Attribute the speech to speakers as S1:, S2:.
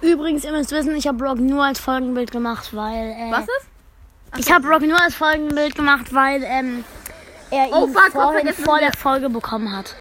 S1: Übrigens, ihr müsst wissen, ich habe Rock nur als Folgenbild gemacht, weil. Äh,
S2: Was ist?
S1: Ich habe Rock nur als Folgenbild gemacht, weil ähm, er
S2: Oh,
S1: ihn
S2: fuck, hab
S1: vorhin
S2: vergessen,
S1: vor der
S2: wir-
S1: Folge bekommen hat.